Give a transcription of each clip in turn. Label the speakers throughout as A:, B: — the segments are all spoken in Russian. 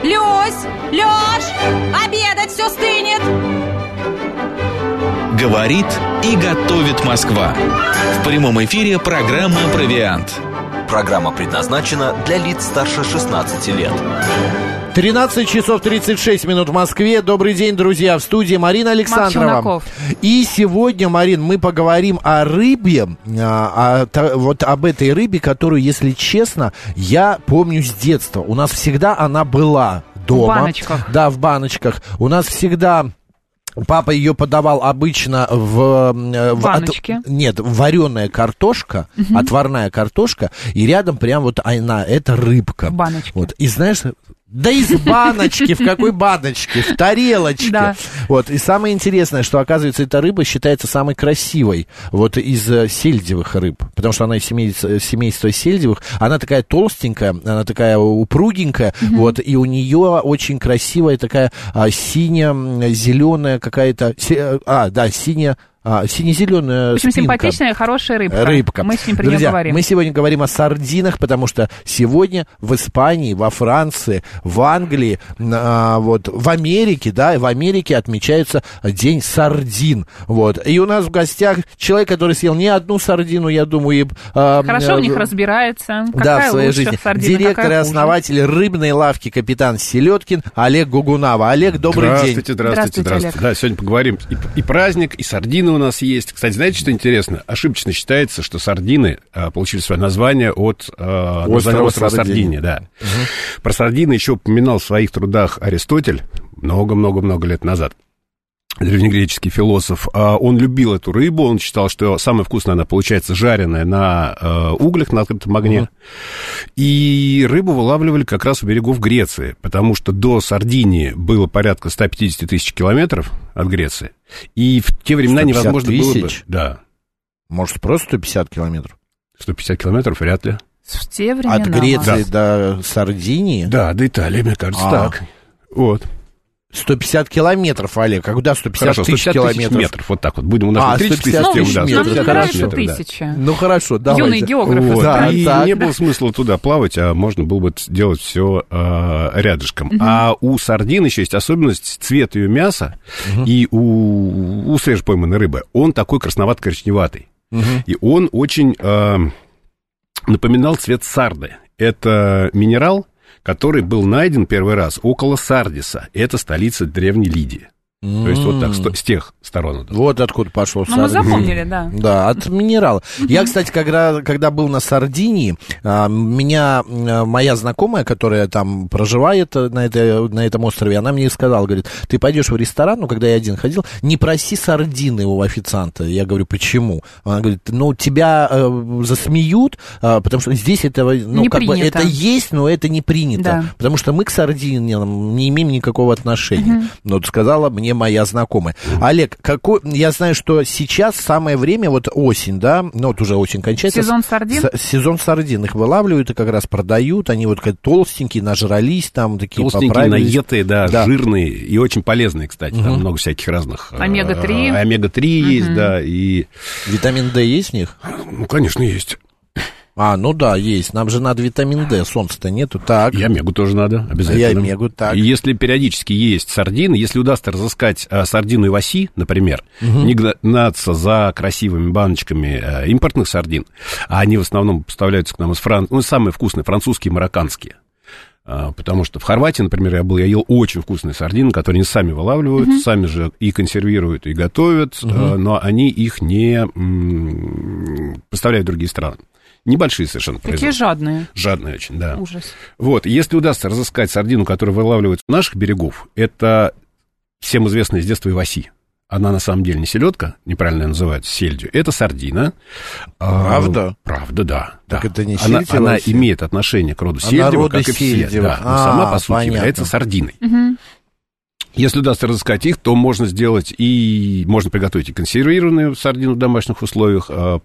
A: Брось! Лёш! Обедать все стынет!
B: Говорит и готовит Москва. В прямом эфире программа «Провиант».
C: Программа предназначена для лиц старше 16 лет.
D: 13 часов 36 минут в Москве. Добрый день, друзья. В студии Марина Александрова.
E: Челноков.
D: И сегодня, Марин, мы поговорим о рыбе, а, о та- вот об этой рыбе, которую, если честно, я помню с детства. У нас всегда она была дома.
E: баночках.
D: Да, в баночках. У нас всегда... Папа ее подавал обычно в... э, в
E: Баночке.
D: от- нет, вареная картошка, отварная картошка, и рядом прям вот она, это рыбка.
E: В баночке.
D: Вот. И знаешь, да из баночки, в какой баночке, в тарелочке.
E: Да.
D: Вот. И самое интересное, что, оказывается, эта рыба считается самой красивой вот из э, сельдевых рыб, потому что она из семейства, семейства сельдевых. Она такая толстенькая, она такая упругенькая, вот, и у нее очень красивая такая а, синяя-зеленая какая-то... се- а, да, синяя... А, сине-зеленая
E: В общем,
D: спинка.
E: симпатичная, хорошая рыбка.
D: Рыбка.
E: Мы с ним про
D: Друзья,
E: нее говорим.
D: мы сегодня говорим о сардинах, потому что сегодня в Испании, во Франции, в Англии, а, вот, в Америке, да, и в Америке отмечается День сардин, вот. И у нас в гостях человек, который съел не одну сардину, я думаю, и... а,
E: Хорошо в них
D: э,
E: разбирается.
D: да,
E: Какая
D: в своей
E: лучше
D: жизни.
E: сардина,
D: Директор и
E: какая хуже?
D: основатель рыбной лавки «Капитан Селедкин» Олег Гугунава. Олег, добрый день.
F: Здравствуйте,
E: Здравствуйте,
F: здравствуйте, здравствуйте. Да, сегодня поговорим и, и праздник, и сардины у нас есть. Кстати, знаете, что интересно? Ошибочно считается, что сардины а, получили свое название от а, названия
D: Острова
F: острова
D: Сардиния.
F: Сардиния. Да. Про сардины еще упоминал в своих трудах Аристотель много-много-много лет назад древнегреческий философ, а, он любил эту рыбу, он считал, что самая вкусная она получается жареная на э, углях, на открытом огне. И рыбу вылавливали как раз у берегов Греции, потому что до Сардинии было порядка 150 тысяч километров от Греции. И в те времена
D: 150
F: невозможно было бы...
D: тысяч?
F: Да,
D: Может, просто 150 километров?
F: 150 километров вряд ли.
E: В те времена.
D: От Греции
E: ладно.
D: до Сардинии?
F: Да, до Италии, мне кажется,
D: А.
F: так. Вот.
D: 150 километров, Олег. А куда 150
F: Хорошо,
D: тысяч
F: 150 тысяч
D: километров?
F: метров, вот так вот. Будем у нас
D: А,
F: электрическая
D: 150
F: система,
D: тысяч
F: да,
D: метров,
E: Нам не
F: 150
E: нравится
F: метров, да.
E: тысяча.
D: Ну хорошо, давайте.
E: Юные географы.
F: Вот.
D: Да,
F: и
D: да,
F: не
D: да.
F: было смысла туда плавать, а можно было бы делать все рядышком. А у сардин еще есть особенность цвет ее мяса и у, у свежепойманной рыбы. Он такой красновато-коричневатый. И он очень э, напоминал цвет сарды. Это минерал, который был найден первый раз около Сардиса. Это столица Древней Лидии. То есть вот так, сто- с тех сторон. идут.
D: Вот откуда пошел
E: Ну, мы
D: сардин.
E: запомнили, да.
D: Да, от минерала. Я, кстати, когда, когда был на Сардинии, а, меня а, моя знакомая, которая там проживает э, на, этой, на этом острове, она мне сказала, говорит, ты пойдешь в ресторан, ну, когда я один ходил, не проси сардины у официанта. Я говорю, почему? Она говорит, ну, тебя э, засмеют, а, потому что здесь этого, ну,
E: Не
D: как бы,
E: принято.
D: это есть, но это не принято.
E: Да.
D: Потому что мы к сардинам не имеем никакого отношения. Вот сказала мне моя знакомая. Олег, какой, я знаю, что сейчас самое время, вот осень, да, ну вот уже осень кончается.
E: Сезон сардин?
D: С- сезон сардин. Их вылавливают и как раз продают. Они вот как толстенькие, нажрались там, такие
F: Толстенькие,
D: поправились.
F: наетые, да,
D: Да.
F: жирные и очень полезные, кстати. Там много всяких разных... э,
E: Омега-3.
F: э, Омега-3 есть, да, и...
D: Витамин D есть в них?
F: Ну, конечно, есть.
D: А, ну да, есть. Нам же надо витамин D. Солнца-то нету. Так.
F: И омегу тоже надо, обязательно.
D: И А омегу, так.
F: И если периодически есть сардины, если удастся разыскать э, сардину и васи, например, не гнаться за красивыми баночками э, импортных сардин, а они в основном поставляются к нам из Франции, ну, самые вкусные, французские, марокканские. А, Потому что в Хорватии, например, я был, я ел очень вкусные сардины, которые они сами вылавливают, сами же и консервируют, и готовят, а, но они их не м, поставляют в другие страны. Небольшие совершенно
E: Какие
F: производства.
E: жадные.
F: Жадные очень, да.
E: Ужас.
F: Вот, если удастся разыскать сардину, которую вылавливают с наших берегов, это всем известная из детства иваси. Она на самом деле не селедка, неправильно ее называют сельдью, это сардина. А,
D: Правда?
F: правда, да.
D: Так
F: да.
D: это не
F: она,
D: сельдь
F: она
D: иваси?
F: имеет отношение к роду
D: Она
F: сельдева,
D: рода
F: как и все.
D: сельдева.
F: Да, но
D: А,
F: сама, по сути,
D: понятно.
F: является сардиной.
E: Мгм.
F: Если удастся разыскать их, то можно сделать и можно приготовить и консервированную сардину в домашних условиях, а,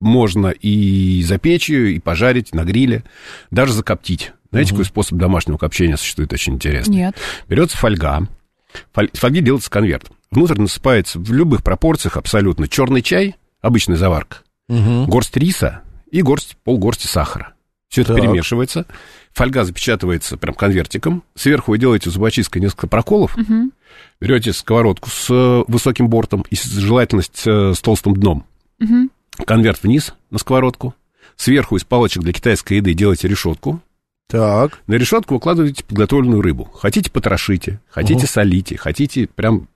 F: можно и запечь ее, и пожарить на гриле, даже закоптить. Знаете, какой способ домашнего копчения существует очень интересный?
E: Нет.
F: Берется фольга, фоль- из фольги делается конверт. Внутрь насыпается в любых пропорциях абсолютно черный чай, обычная заварка,
D: Мгм.
F: горсть риса и горсть, полгорсти сахара. Все это
D: Так.
F: перемешивается. Фольга запечатывается прям конвертиком. Сверху вы делаете зубочисткой несколько проколов. Берете сковородку с э, высоким бортом и с- желательно с, э, с толстым дном. Конверт вниз на сковородку. Сверху из палочек для китайской еды делаете решетку.
D: Так.
F: На решетку выкладываете подготовленную рыбу. Хотите, потрошите, хотите,
D: Ого.
F: солите, хотите, прям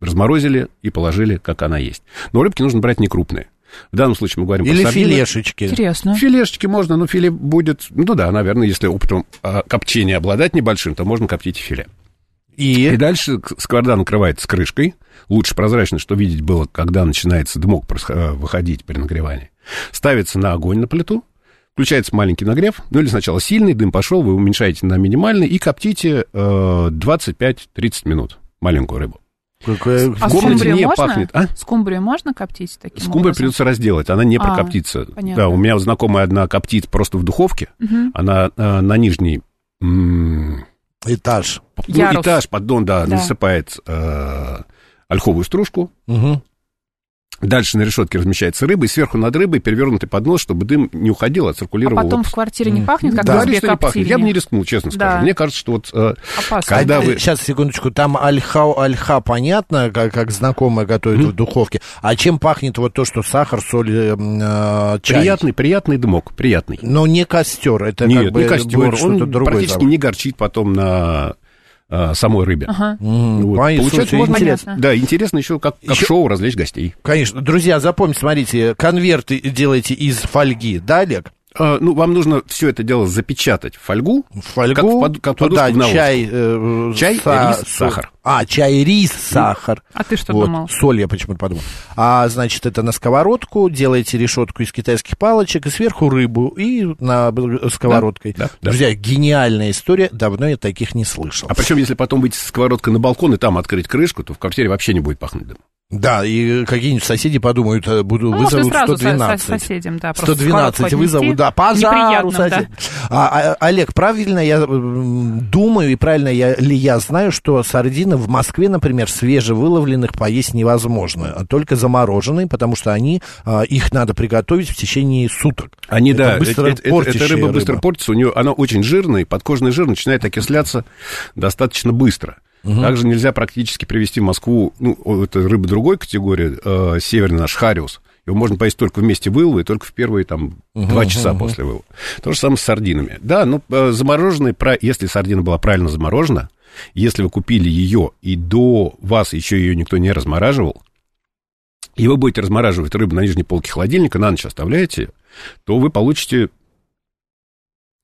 F: разморозили и положили, как она есть. Но рыбки нужно брать не крупные. В данном случае мы говорим про
D: Или
F: сардины.
D: филешечки.
E: Интересно.
F: Филешечки можно, но филе будет... Ну да, наверное, если опытом а, копчения обладать небольшим, то можно коптить и филе. И
D: И...
F: дальше к- сковорода накрывается крышкой. Лучше прозрачно, что видеть было, когда начинается дымок просх- э, выходить при нагревании. Ставится на огонь на плиту. Включается маленький нагрев. Ну или сначала сильный, дым пошел, вы уменьшаете на минимальный и коптите э, 25-30 минут маленькую рыбу.
D: Какая-
E: А
F: В комнате
E: скумбрию
F: не
E: можно?
F: пахнет, а?
E: Скумбрию можно коптить таким
F: Скумбрию
E: образом?
F: придется разделать, она не
E: А,
F: прокоптится.
E: понятно.
F: Да, у меня знакомая одна коптит просто в духовке,
E: Мгм.
F: она э, на нижний м,
D: Этаж.
F: ну,
E: Ярус.
F: этаж, поддон, да,
E: Да.
F: насыпает э, ольховую стружку.
D: Мгм.
F: Дальше на решетке размещается рыба, и сверху над рыбой перевернутый поднос, чтобы дым не уходил, а
E: А
F: циркулировал.
E: потом
F: в-
E: в квартире не пахнет, как
F: Да,
E: в
F: говорит,
E: тебе
F: что не пахнет.
E: коптильне?
F: Я бы не рискнул, честно
E: Да.
F: скажу. Мне кажется, что вот э,
E: Опасно.
F: Когда вы-
D: Сейчас, А, секундочку, там альха, альха понятно, как, как знакомая готовит в духовке. А чем пахнет вот то, что сахар, соль, э, м, э, чай?
F: приятный, приятный дымок, приятный.
D: Но не костер, это
F: Нет,
D: как бы
F: не костер,
D: будет что-то
F: он
D: другое.
F: практически
D: там.
F: не горчит потом на э, самой рыбе.
E: Ага.
D: М,
F: Вот.
D: понятно.
F: Получается,
D: Слушай,
F: можно-
E: интересно.
F: Да, Ну, интересно еще как, как
D: Еще-
F: шоу развлечь гостей.
D: Конечно. Друзья, запомните, смотрите, конверты делаете из фольги, да, Олег?
F: Э, ну, вам нужно все это дело запечатать в фольгу.
D: В фольгу,
F: Как в под- как
D: туда
F: подушку в навоз.
D: чай, э,
F: Чай, рис, сахар.
D: А, чай, рис, сахар.
E: А ты что
D: Вот,
E: думал?
D: Соль я почему-то подумал. А, значит, это на сковородку, делаете решетку из китайских палочек и сверху рыбу и на б- сковородкой.
F: Да, да.
D: Друзья, гениальная история, давно я таких не слышал.
F: А причем, если потом выйти со сковородкой на балкон и там открыть крышку, то в квартире вообще не будет пахнуть дым.
D: Да, и какие-нибудь соседи подумают, э, буду,
E: Ну, может, и
D: вызовут
E: сразу со- со-
D: 112.
E: соседям, да, просто
D: 112
E: сковородку
D: вызову,
E: отнести.
D: да, пожару,
E: Неприятно, да.
D: сосед. А, а, Олег, правильно я м, думаю и правильно я, ли я знаю, что сардины в Москве, например, свежевыловленных поесть невозможно, а только замороженные, потому что они, а, их надо приготовить в течение суток.
F: Они,
D: Это
F: да,
D: быстро
F: э- э- э-
D: портящая
F: эта рыба быстро
D: рыба.
F: портится, у нее она очень жирная, и подкожный жир начинает окисляться достаточно быстро. Также нельзя практически привезти в Москву, ну, о, это рыба другой категории, э, северный наш хариус. Его можно поесть только вместе вылова и только в первые там два часа после вылова. То же самое с сардинами. Да, ну, э, замороженные, пра- если сардина была правильно заморожена, если вы купили ее и до вас еще ее никто не размораживал, и вы будете размораживать рыбу на нижней полке холодильника, на ночь оставляете ее, то вы получите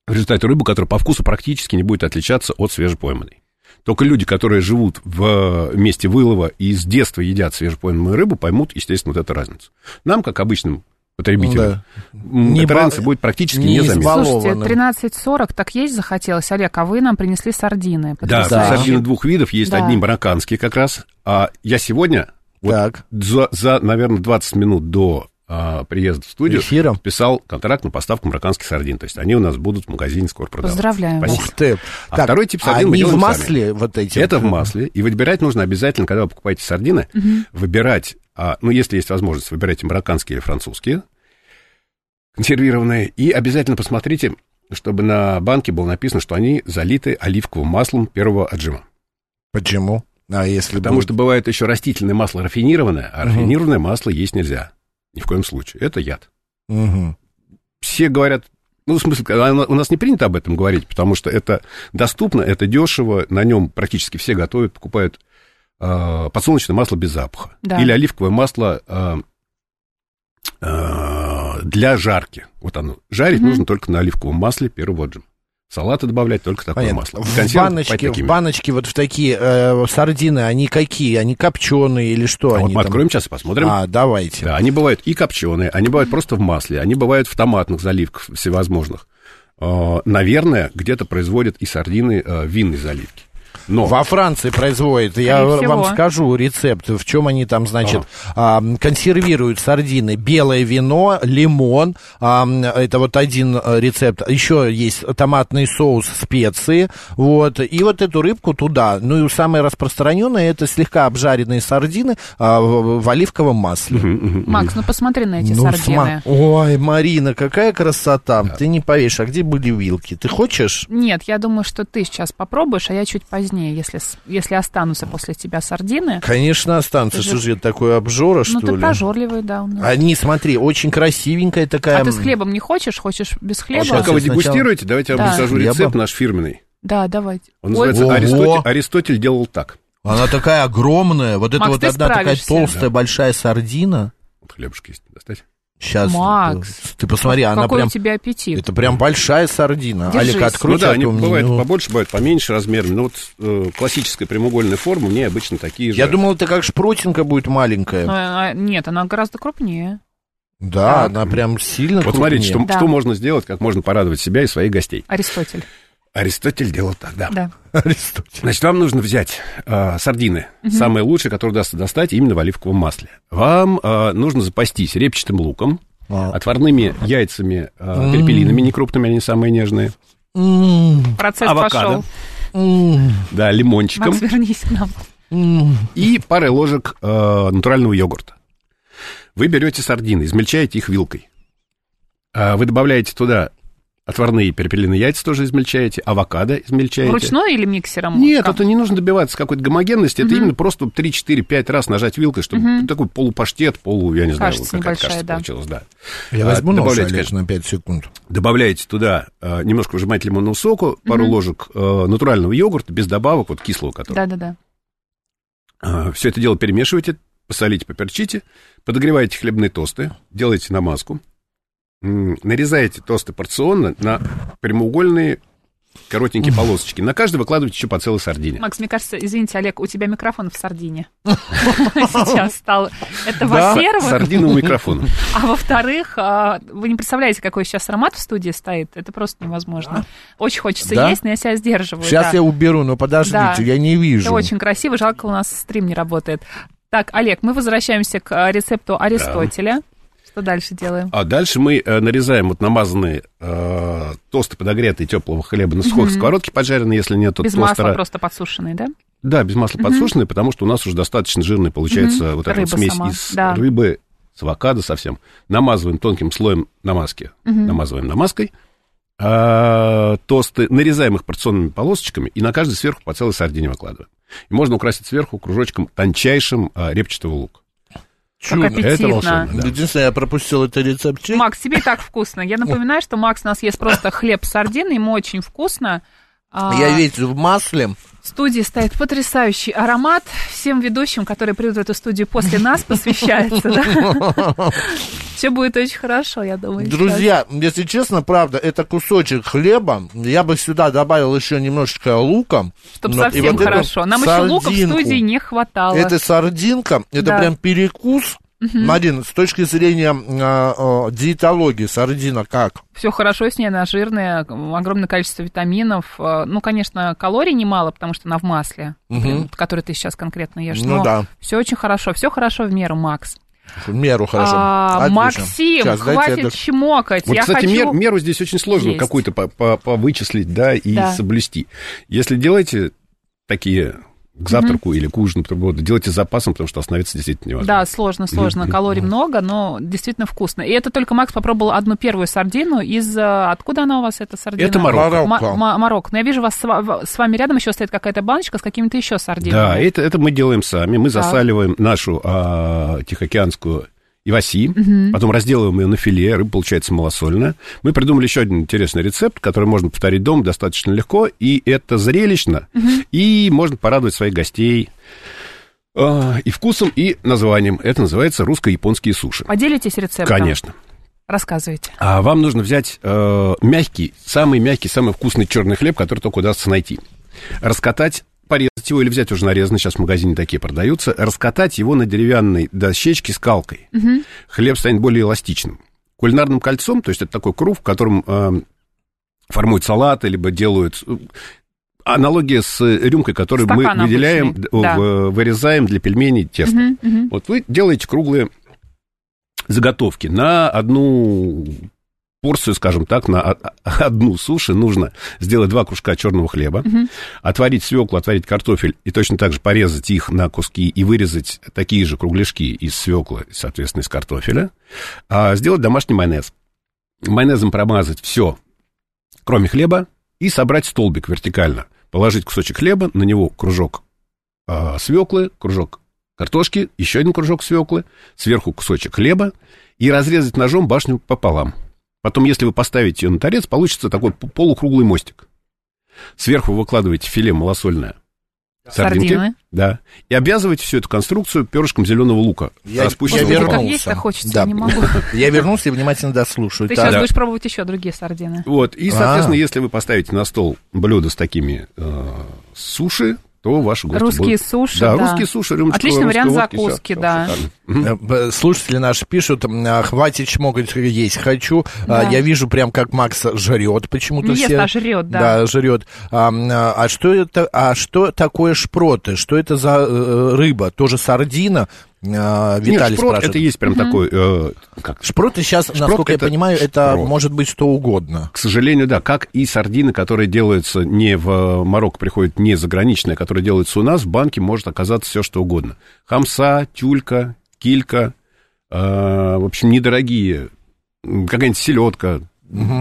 F: в результате рыбу, которая по вкусу практически не будет отличаться от свежепойманной. Только люди, которые живут в э, месте вылова и с детства едят свежепойманную рыбу, поймут, естественно, вот эту разницу. Нам, как обычным потребителям, м,
D: Не
F: эта
D: ба-
F: разница будет практически
D: не
F: незаметна.
D: избал-
E: Слушайте,
D: Балованным.
E: 13.40 так есть захотелось, Олег, а вы нам принесли сардины.
F: Да,
D: Да.
F: сардины двух видов. Есть
E: Да.
F: одни марокканские как раз. А я сегодня, вот
D: Так.
F: за, наверное, 20 минут до а, приезда в студию
D: Эфира.
F: писал контракт на поставку марокканских сардин. То есть они у нас будут в магазине скоро продаваться.
E: Поздравляем вас.
F: Спасибо.
D: Ух ты.
F: А второй тип сардин мы
D: они в
F: делаем
D: масле вот эти.
F: Это в масле. И выбирать нужно обязательно, когда вы покупаете сардины, выбирать, а, ну, если есть возможность, выбирайте марокканские или французские, консервированные. И обязательно посмотрите, чтобы на банке было написано, что они залиты оливковым маслом первого отжима.
D: Почему? А если
F: Потому
D: будет-
F: что бывает еще растительное масло рафинированное, а рафинированное масло есть нельзя. Ни в коем случае. Это яд.
D: Мгм.
F: все говорят, ну, в смысле, когда у на- у нас не принято об этом говорить, потому что это доступно, это дешево, на нем практически все готовят, покупают э, подсолнечное масло без запаха.
E: Да.
F: Или оливковое масло э, э, для жарки. Вот оно. Жарить нужно только на оливковом масле первого отжима. В Салаты добавлять только такое
D: Понятно.
F: масло.
D: В
F: Консервы
D: баночке,
F: покупать
D: в
F: такими.
D: баночке вот в такие э, сардины, они какие? Они копченые или что?
F: А вот
D: они
F: мы
D: там?
F: откроем сейчас и посмотрим.
D: А, давайте.
F: Да, они бывают и копченые, они бывают просто в масле, они бывают в томатных заливках А, всевозможных. Э, Наверное, где-то производят и сардины э, в а, винной заливки. но.
D: во Франции производят. Я
E: Скорее
D: вам
E: всего.
D: скажу рецепт, в чем они там, значит, а, консервируют сардины. Белое вино, лимон. а, м, это вот один э, рецепт. Еще есть томатный соус, специи. Вот. И вот эту рыбку туда. Ну и самое распространенное это слегка обжаренные сардины а, в, в оливковом масле.
E: Макс, ну посмотри на эти
D: Ну,
E: сардины.
D: сма- Ой, Марина, какая красота. Ты не поверишь, а где были вилки? Ты хочешь?
E: Нет, я думаю, что ты сейчас попробуешь, а я чуть позднее, если, с- если останутся после тебя сардины.
D: Конечно, останутся.
E: Ты же-
D: Что же я такой обжора, что
E: ну, ты
D: ли? А
E: прожорливый, да, у нас.
D: Они, смотри, очень красивенькая такая.
E: А ты с хлебом не хочешь? Хочешь без
D: эм А
E: хлеба?
D: щас
F: Пока вы
D: Сначала-
F: дегустируете, давайте я вам
E: Да.
F: расскажу
D: Хлеба.
F: рецепт наш фирменный.
E: Да, давайте.
F: Он
E: Ой,
F: называется
D: Ого.
F: «Аристотель, Аристотель делал так».
D: Она такая огромная. Вот это
E: Макс,
D: вот
E: ты
D: одна такая
E: справишься.
D: толстая, большая сардина.
F: Вот хлебушек есть. Достать.
D: Сейчас.
E: Макс.
D: Ты посмотри, она
E: какой
D: прям...
E: у тебя аппетит.
D: Это прям большая сардина.
E: Держись.
D: Алика, открой.
F: ну да,
D: а
F: они
D: то мне-
F: бывают
D: ну,
F: побольше, бывают поменьше размерами. Но вот э, классическая прямоугольная форма, мне обычно такие же.
D: Я думал, это как шпротинка будет маленькая.
E: Но, а, нет, она гораздо крупнее.
D: Да,
E: Так.
D: она прям сильно
F: вот смотрите, что,
D: крупнее.
E: Да.
F: что можно сделать, как можно порадовать себя и своих гостей.
E: Аристотель.
F: Аристотель делал так, да.
E: Да.
D: Аристотель.
F: Значит, вам нужно взять э, сардины, самые лучшие, которые удастся достать именно в оливковом масле. Вам э, нужно запастись репчатым луком,
D: А.
F: отварными яйцами,
E: А.
F: э, перепелиными, некрупными, они самые нежные.
D: М,
E: Процесс
F: Авокадо.
E: пошел.
D: м,
F: Да, лимончиком.
E: Макс, вернись к нам.
D: м.
F: и парой ложек э, натурального йогурта. Вы берете сардины, измельчаете их вилкой. А Вы добавляете туда отварные перепелиные яйца тоже измельчаете, авокадо измельчаете.
E: Вручную или миксером?
F: Нет,
E: Как?
F: это не нужно добиваться какой-то гомогенности, это именно просто 3-4-5 раз нажать вилкой, чтобы такой полупаштет, полу, я не знаю,
E: Кашица
F: вот какая-то
E: небольшая,
F: кашица
E: да.
F: получилась, да.
D: Я
F: А,
D: возьму нож,
F: добавляйте,
D: Олег,
F: конечно.
D: на 5 секунд.
F: Добавляете туда э, немножко выжимать лимонного соку, пару ложек э, натурального йогурта, без добавок, вот кислого, который.
E: Да-да-да.
F: Все это дело перемешивайте, посолите, поперчите, подогреваете хлебные тосты, делаете намазку, м, нарезаете тосты порционно на прямоугольные коротенькие полосочки. На каждый выкладываете еще по целой сардине.
E: Макс, мне кажется, извините, Олег, у тебя микрофон в сардине. Сейчас стал. Это
F: Да,
E: во-первых.
F: сардина у микрофона.
E: А во-вторых, а, вы не представляете, какой сейчас аромат в студии стоит. Это просто невозможно. Очень хочется
D: Да?
E: есть, но я себя сдерживаю.
D: Сейчас
E: да.
D: я уберу, но подождите,
E: Да.
D: я не вижу.
E: Это очень красиво, жалко, у нас стрим не работает. Так, Олег, мы возвращаемся к а, рецепту Аристотеля. Что дальше делаем?
F: А дальше мы э, нарезаем вот намазанные э, тосты, подогретые теплого хлеба на сухой сковородке, поджаренные, если нет, то
E: Без
F: тостера.
E: масла, просто подсушенный, да?
F: Да, без масла подсушенные, потому что у нас уже достаточно жирная получается
E: Мгм.
F: вот эта вот
E: Рыба
F: смесь
E: сама,
F: из
E: да.
F: рыбы с авокадо совсем. Намазываем тонким слоем намазки. Намазываем намазкой. А, тосты нарезаем их порционными полосочками и на каждый сверху по целой сардине выкладываем. И можно украсить сверху кружочком тончайшим а, репчатого лука.
E: Как аппетитно.
F: волшебно, да.
D: Единственное, я пропустил этот рецепт.
E: Макс, тебе и так вкусно. Я напоминаю, что Макс у нас ест просто хлеб с сардиной, ему очень вкусно. А,
D: Я весь в масле.
E: В студии стоит потрясающий аромат. Всем ведущим, которые придут в эту студию после нас, посвящается. Все будет очень хорошо, я думаю. сейчас.
D: Друзья, если честно, правда, это кусочек хлеба. Я бы сюда добавил еще немножечко лука.
E: Чтоб
D: Но- ну, и
E: совсем
D: вот эту
E: хорошо. Нам еще лука в
D: сардинку.
E: студии не хватало.
D: Это сардинка, это
E: Да.
D: прям перекус. Марин, с точки зрения а, а, диетологии, сардина как?
E: Все хорошо с ней, она жирная, м, огромное количество витаминов. Э, Ну, конечно, калорий немало, потому что она в масле, блин, который ты сейчас конкретно ешь.
D: Ну да.
E: Все очень хорошо, все хорошо в меру, Макс.
D: В меру хорошо.
E: А,
D: Отлично.
E: Максим,
D: Сейчас, дайте я
E: хватит
D: док-
E: чмокать.
F: Вот,
E: я
F: кстати,
E: хочу...
F: мер- меру здесь очень сложно
E: есть.
F: какую-то по- по- повычислить, да, и
E: Да.
F: соблюсти. Если делаете такие к завтраку или к ужину, буду, делайте с запасом, потому что остановиться действительно невозможно.
E: Да, сложно, сложно. Калорий много, но действительно вкусно. И это только Макс попробовал одну первую сардину из... э, Откуда она у вас, эта сардина?
F: Это Марокко.
D: Марокко.
E: Ма- ма- Марокко. Но я вижу, вас с ва- с вами рядом еще стоит какая-то баночка с какими-то еще сардинами.
F: Да, это, это мы делаем сами. Мы
E: Так.
F: засаливаем нашу а, тихоокеанскую иваси, потом разделываем ее на филе, рыба получается малосольная. Мы придумали еще один интересный рецепт, который можно повторить дома достаточно легко, и это зрелищно, и можно порадовать своих гостей а, и вкусом, и названием. Это называется русско-японские суши.
E: Поделитесь рецептом?
F: Конечно.
E: Рассказывайте.
F: А вам нужно взять э, мягкий, самый мягкий, самый вкусный черный хлеб, который только удастся найти. Раскатать, порезать его или взять уже нарезанный, сейчас в магазине такие продаются. Раскатать его на деревянной дощечке скалкой. Хлеб станет более эластичным. Кулинарным кольцом, то есть это такой круг, в котором э, формуют салаты, либо делают э, аналогия с рюмкой, которую мы
E: Стакан
F: выделяем,
E: обычный,
F: о,
E: да.
F: в- э, вырезаем для пельменей тесто.
E: Мгм, мгм.
F: Вот вы делаете круглые заготовки на одну порцию, скажем так, на о- одну суши нужно сделать два кружка черного хлеба, отварить свеклу, отварить картофель и точно так же порезать их на куски и вырезать такие же кругляшки из свеклы, соответственно, из картофеля, А сделать домашний майонез. Майонезом промазать все, кроме хлеба, и собрать столбик вертикально. Положить кусочек хлеба, на него кружок свеклы, кружок картошки, еще один кружок свеклы, сверху кусочек хлеба и разрезать ножом башню пополам. Потом, если вы поставите ее на торец, получится такой п- полукруглый мостик. Сверху выкладываете филе малосольное. Сардинки.
E: Сардины.
F: Да. И обвязываете всю эту конструкцую перышком зеленого лука.
D: Я-
F: распущенного
E: я
F: пополам.
E: вернулся. Как есть-то хочется,
D: Да.
E: не могу.
D: Я вернулся и внимательно дослушаю.
E: Ты
D: Так.
E: сейчас
F: да.
E: будешь пробовать еще другие сардины.
F: Вот, и, соответственно,
D: А.
F: если вы поставите на стол блюдо с такими э, суши, то ваши гости
E: Русские
F: будут-
E: суши,
F: Да,
E: да.
F: русские суши, рюмочка
E: Отличный
F: русской
E: вариант
F: водки, всё,
E: закуски,
F: всё
E: да.
F: шикарно.
D: Э, б- Слушатели наши пишут, м, а, хватит чмокать, есть хочу. А,
E: Да.
D: Я вижу прям, как Макс жрет
F: Ну,
D: почему-то.
E: Не ест,
D: все.
E: а жрет, да.
D: жрет. А, м, а а что это, а что такое шпроты? Что это за э, рыба? Тоже сардина? А,
F: Нет,
D: Виталий
F: шпрот
D: спрашивает.
F: это есть прям такой, э, как,
D: Шпроты сейчас, насколько
F: это
D: я понимаю, это
F: шпрот.
D: может быть что угодно.
F: к сожалению, да, как и сардины, которые делаются не в э, Марокко, приходят не заграничные, а которые делаются у нас, в банке может оказаться все что угодно. Хамса, тюлька, килька, э, в общем, недорогие, м, какая-нибудь селедка.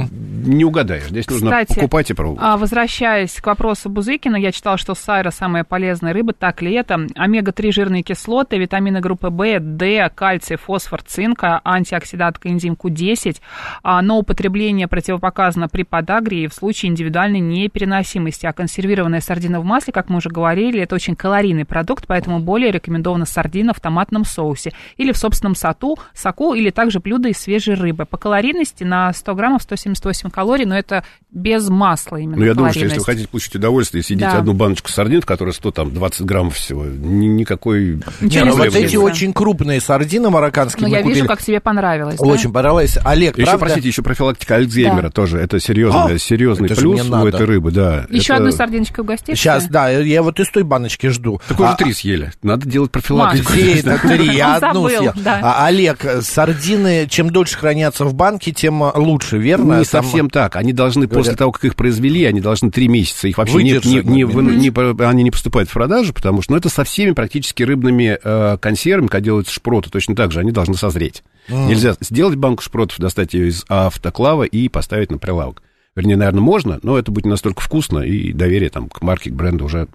F: Не угадаешь, здесь нужно
E: Кстати,
F: покупать и пробовать.
E: А, возвращаясь к вопросу Бузыкина, я читала, что сайра самая полезная рыба, так ли это? Омега-3 жирные кислоты, витамины группы В, Д, кальций, фосфор, цинка, антиоксидант коэнзим Q10, а, но употребление противопоказано при подагре и в случае индивидуальной непереносимости. А консервированная сардина в масле, как мы уже говорили, это очень калорийный продукт, поэтому более рекомендована сардина в томатном соусе или в собственном сату, соку или также блюдо из свежей рыбы. По калорийности на 100 граммов 178 калорий, но это без масла именно.
F: Ну, я думаю, что если вы
E: калорийность.
F: хотите получить удовольствие и съедите
E: Да.
F: одну баночку сардин, в которой 100, там, 20 граммов всего, ни- никакой...
E: Ничего
D: Не,
E: не
D: ну вот
F: проблемы
D: эти
E: случится.
D: очень крупные сардины марокканские
E: Но
D: мы
E: я
D: купили.
E: вижу, как тебе понравилось. да?
D: Очень понравилось. Олег,
F: Еще,
D: правда?
F: простите, еще профилактика Альцгеймера
E: Да.
F: тоже. Это серьезный,
D: А,
F: серьезный
D: это же
F: плюс
D: мне
F: у
D: надо.
F: этой рыбы, да.
E: Еще
F: Это-
E: одну сардиночку угостишь?
D: Сейчас, да, я вот из той баночки жду.
F: Так уже
D: А,
F: три съели. Надо делать профилактику.
D: Где это три? Я
E: Он
D: одну
E: забыл,
D: съел.
E: да.
D: А, Олег, э, сардины, чем дольше хранятся в банке, тем э, лучше, верно?
F: Не
D: Там-
F: совсем так. Они должны после того, как их произвели, они должны три месяца. Их вообще нет, не,
D: Выдержать,
F: не
D: например.
F: вы- не про- они не поступают в продажу, потому что ну, это со всеми практически рыбными э, консервами, когда делаются шпроты, точно так же они должны созреть.
D: А.
F: Нельзя сделать банку шпротов, достать ее из автоклава и поставить на прилавок. Вернее, наверное, можно, но это будет не настолько вкусно, и доверие там к марке, к бренду уже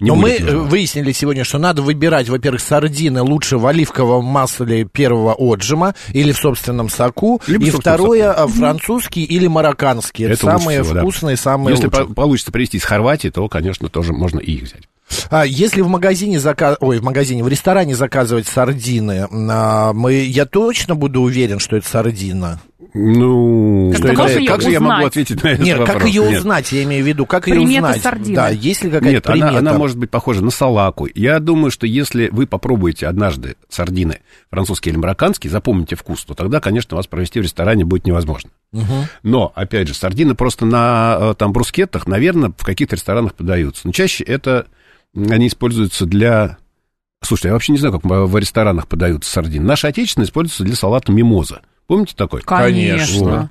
F: не
D: Но мы
F: будет.
D: э,
F: нужно.
D: выяснили сегодня, что надо выбирать, во-первых, сардины лучше в оливковом масле первого отжима или в собственном соку.
F: Либо в
D: и
F: собственном
D: второе, э, французские или марокканские.
F: Это лучше
D: самые
F: всего, да.
D: вкусные, самые
F: Если
D: лучшие.
F: по- получится привезти из Хорватии, то, конечно, тоже можно и их взять.
D: А если в магазине зака... Ой, в магазине, в ресторане заказывать сардины, а, мы... я точно буду уверен, что это сардина.
F: Ну,
E: Как-то можно её
F: как же я могу
E: узнать?
F: ответить на этот
D: Нет,
F: вопрос?
D: как ее
F: Нет.
D: узнать, я имею в виду, как ее
E: Примета
D: узнать?
E: сардины.
D: Да, есть ли какая-то
F: Нет,
D: примета?
F: она, она может быть похожа на салаку. Я думаю, что если вы попробуете однажды сардины французские или марокканские, запомните вкус, то тогда, конечно, вас провести в ресторане будет невозможно. Но, опять же, сардины просто на э, там брускеттах, наверное, в каких-то ресторанах подаются. Но чаще это м, они используются для... Слушайте, я вообще не знаю, как в в ресторанах подаются сардины. Наши отечественные используются для салата мимоза. Помните такой? Вот.
E: Конечно.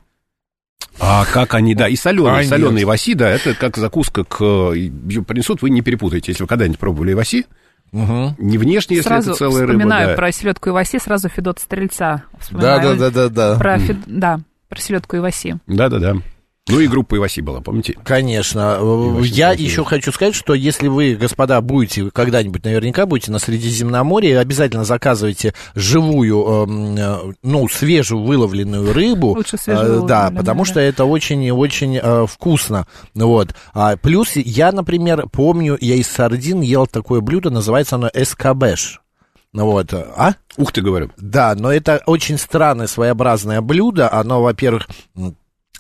F: А как они, да, и соленые,
D: Конечно.
F: соленые иваси, да, это как закуска к... э, её принесут, вы не перепутаете. Если вы когда-нибудь пробовали иваси,
D: Мгм.
F: не внешне, если
E: сразу
F: это целая рыба,
E: вспоминаю
F: да.
E: про селедку и васи, сразу Федот Стрельца.
D: Да,
E: вспоминаю.
D: да, да, да, да.
E: Про, Фед- да, про селедку и васи.
F: Да-да-да. Ну и группа иваси была, помните?
D: Конечно. Э,
F: очень
D: Я
F: красиво.
D: еще хочу сказать, что если вы, господа, будете когда-нибудь, наверняка будете на Средиземноморье, обязательно заказывайте живую, эм, э, ну, свежую выловленную рыбу.
E: Лучше свежую
D: Э, Да,
E: выловленную,
D: потому
E: да.
D: что это очень и очень э, вкусно. Вот. А плюс я, например, помню, я из сардин ел такое блюдо, называется оно эскабеш. Ну Вот, а?
F: Ух ты, говорю.
D: Да, но это очень странное, своеобразное блюдо. Оно, во-первых, м,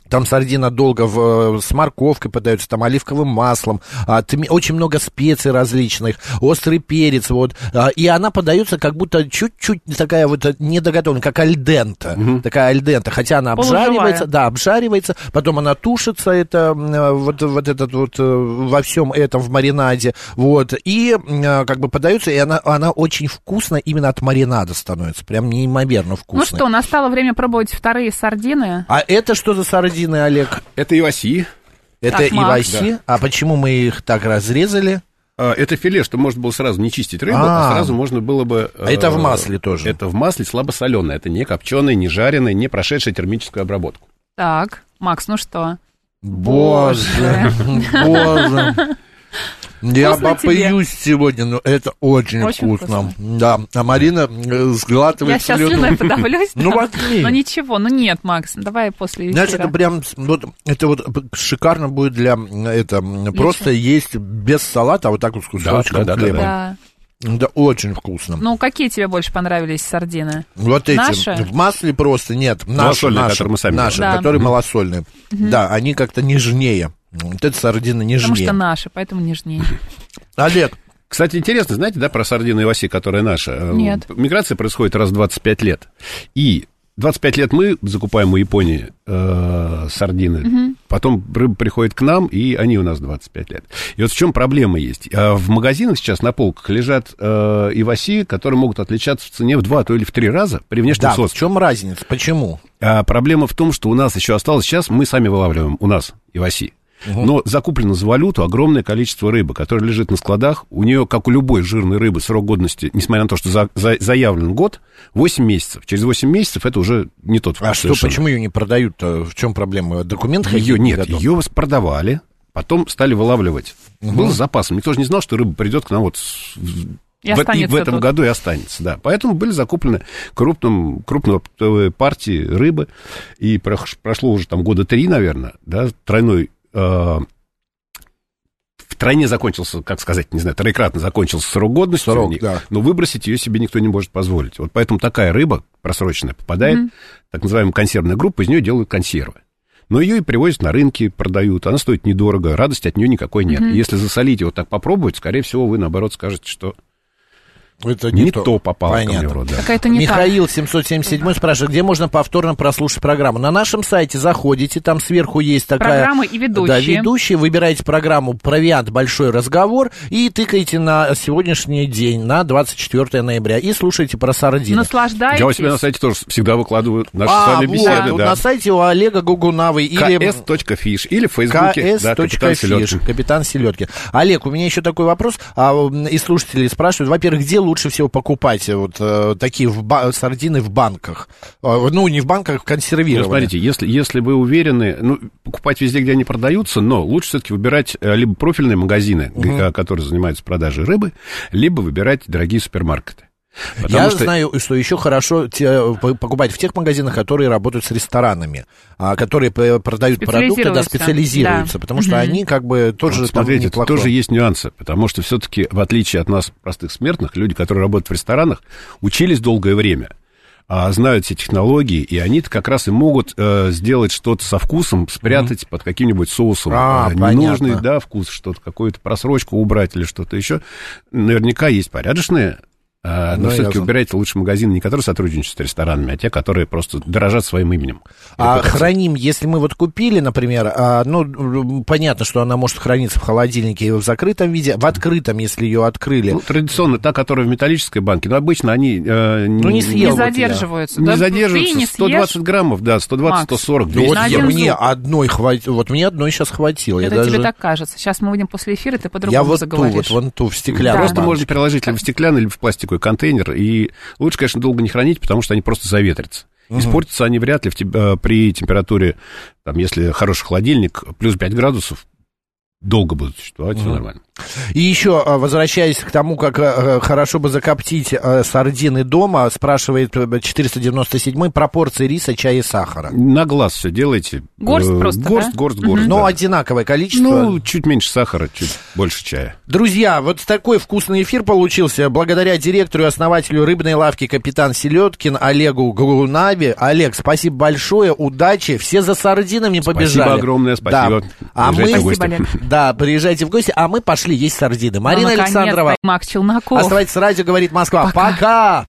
D: Там сардина долго в, э, с морковкой подается, там оливковым маслом, а, тми- очень много специй различных, острый перец, вот. А, и она подается как будто чуть-чуть такая вот э, недоготовленная, как альдента. Такая альдента, хотя она
E: Полуживая.
D: обжаривается, да, обжаривается, потом она тушится, это э, вот, вот этот вот э, во всем этом в маринаде, вот, и э, как бы подается, и она, она очень вкусная именно от маринада становится, прям неимоверно
E: Ну
D: вкусная.
E: что, настало время пробовать вторые сардины.
D: А это что за сардины, Олег?
F: Это иваси.
D: Это
E: Так, Макс.
D: иваси? А почему мы их так разрезали?
F: А, Это филе, что можно было сразу не чистить рыбу, а,
D: А.
F: сразу можно было бы... э,
D: А это в масле тоже?
F: Это в масле слабосоленое. Это не копченое, не жареное, не прошедшее термическую обработку.
E: Так, Макс, ну что?
D: Боже, боже. Я
E: Вкусно тебе?
D: попоюсь сегодня, но это очень,
E: Очень
D: вкусно. Да, а Марина э,
E: Я
D: сглатывает
E: сейчас
D: слюну.
E: слюной подавлюсь.
D: Ну,
E: да.
D: возьми.
E: Ну ничего, ну нет, Макс, давай после
D: Знаешь,
E: эфира.
D: это прям, с- вот, это вот п- шикарно будет для, м, это, м, просто есть без салата, а вот так вот с кусочком
F: да, да,
D: хлеба.
E: Да.
D: Это очень вкусно.
E: Ну, какие тебе больше понравились сардины?
D: Вот эти.
E: Наши?
D: В масле просто нет. Наши,
F: Малосольные,
D: наши,
F: которые мы сами
D: наши,
E: делаем. Да.
D: которые малосольные. Да, они как-то нежнее. Вот эта сардина
E: Потому
D: нежнее.
E: что наши, поэтому нежнее.
D: Олег,
F: Кстати, интересно, знаете, да, про сардину и васи, которая наша? Э,
E: Нет.
F: Миграция происходит раз в 25 лет. И 25 лет мы закупаем у Японии э, сардины. Потом рыба приходит к нам, и они у нас 25 лет. И вот в чем проблема есть. А В магазинах сейчас на полках лежат э, иваси, которые могут отличаться в цене в 2, то или в 3 раза при внешнем
D: да, в
F: соусе.
D: чем разница? Почему?
F: А проблема в том, что у нас еще осталось сейчас, мы сами вылавливаем у нас иваси. Но закуплено за валюту огромное количество рыбы, которая лежит на складах. У нее, как у любой жирной рыбы, срок годности, несмотря на то, что за- за- заявлен год, 8 месяцев. Через 8 месяцев это уже не тот вкус
D: А что,
F: совершенно.
D: почему ее не продают-то? В чем проблема? Документ
F: Ее
D: какие-то
F: нет,
D: готовы?
F: ее продавали, потом стали вылавливать. Был с запасом. Никто же не знал, что рыба придет к нам вот с- в,
E: И
F: в-
E: останется
F: в этом
E: тут.
F: году и останется. Да. Поэтому были закуплены крупным, крупной оптовой партии рыбы. И прош- прошло уже там года три, наверное, да, тройной... э, в тройне закончился, как сказать, не знаю, троекратно закончился срок годности у
D: Срок,
F: них,
D: да.
F: но выбросить ее себе никто не может позволить. Вот поэтому такая рыба просроченная попадает, так называемая консервная группа, из нее делают консервы. Но ее и привозят на рынки, продают. Она стоит недорого, радости от нее никакой нет. И Если засолить и вот так попробовать, скорее всего, вы, наоборот, скажете, что
D: Это
F: не, то. попало ко мне
D: Понятно.
F: в рот. да.
E: Какая-то не та.
D: Михаил 777 спрашивает, где можно повторно прослушать программу. На нашем сайте заходите, там сверху есть такая...
E: Программы и ведущие.
D: Да, ведущие. Выбираете программу «Провиант. Большой разговор» и тыкаете на сегодняшний день, на 24 ноября, и слушаете про сардины.
F: Я у себя на
E: Наслаждайтесь.
F: сайте тоже всегда выкладываю наши
D: Ну, А,
F: с вами
D: вот,
F: беседы.
D: вот
F: да.
D: на сайте у Олега Гугунавы или...
F: ks.fish или в Фейсбуке. да, Капитан Селёдкин.
D: КС.фиш, капитан Селедки. Олег, у меня еще такой вопрос, а, м, и слушатели спрашивают, во-первых, где лучше всего покупать э, вот э, такие в ба- сардины в банках? Э, ну, не в банках,
F: Ну,
D: консервированные.
F: смотрите, если, если вы уверены, ну, покупать везде, где они продаются, но лучше все-таки выбирать э, либо профильные магазины, г- э, которые занимаются продажей рыбы, либо выбирать дорогие супермаркеты. Потому
D: Я
F: что
D: знаю, что еще хорошо те- э, по- покупать в тех магазинах, которые работают с ресторанами, а, которые п- продают продукты, да,
E: Специализируются.
D: специализируются,
E: Да.
D: потому что они как бы тоже
F: вот
D: там
F: смотрите, тут
D: неплохо.
F: тоже есть нюансы, потому что все-таки, в отличие от нас, простых смертных, люди, которые работают в ресторанах, учились долгое время, а, знают все технологии, и они-то как раз и могут э, сделать что-то со вкусом, спрятать под каким-нибудь соусом
D: А,
F: э, ненужный,
D: понятно.
F: да, вкус, что-то, какую-то просрочку убрать или что-то еще. Наверняка есть порядочные, э, но
D: Ну,
F: все-таки
D: ясно.
F: выбирайте лучше магазины, не которые сотрудничают с ресторанами, а те, которые просто дорожат своим именем.
D: А
F: Репутацией.
D: храним, если мы вот купили, например, а, ну, м, понятно, что она может храниться в холодильнике в закрытом виде, в открытом, если ее открыли.
F: Ну, традиционно та, которая в металлической банке, но обычно они... э,
D: Ну, не съел
E: Не
D: вот я.
E: задерживаются.
F: Не
E: Да
F: задерживаются.
E: Ты не съешь.
F: 120 граммов, да, 120,
E: Макс.
F: 140,
D: Ну,
F: 200
D: вот
E: на
D: я-
E: один
F: грамм.
E: зуб.
D: мне одной хватило, вот мне одной сейчас хватило. я
E: Это
D: даже,
E: тебе так кажется. Сейчас мы выйдем после эфира, ты
D: я
E: по-другому
D: вот ту,
E: заговоришь.
D: вот вон ту в стеклянную.
E: Да.
F: Просто
D: баночку.
F: можно переложить либо в стеклянный, либо в пластиковый контейнер. И лучше, конечно, долго не хранить, потому что они просто заветрятся. Испортятся они вряд ли в теб- э, при температуре, там, если хороший холодильник, плюс 5 градусов, долго будут существовать, все нормально.
D: И еще, а, возвращаясь к тому, как а, а, хорошо бы закоптить а, сардины дома, спрашивает э, 497 пропорции риса, чая и сахара.
F: На глаз все делаете.
E: Горсть
F: Э,
E: просто,
F: Горсть,
E: да?
F: горсть, горсть.
D: Но
F: да.
D: одинаковое количество.
F: Ну, чуть меньше сахара, чуть больше чая.
D: Друзья, вот такой вкусный эфир получился благодаря директору и основателю рыбной лавки «Капитан Селедкин» Олегу Грунаве. Олег, спасибо большое, удачи. Все за сардинами побежали.
F: огромное, спасибо.
D: Да. А
F: Приезжайте
D: мы...
F: в гости.
E: Спасибо,
D: Да, приезжайте в гости, а мы пошли есть сардины. Марина
E: Ну, наконец-то,
D: Александрова,
E: Мак Челноков.
D: оставайтесь с радио, говорит Москва. Пока!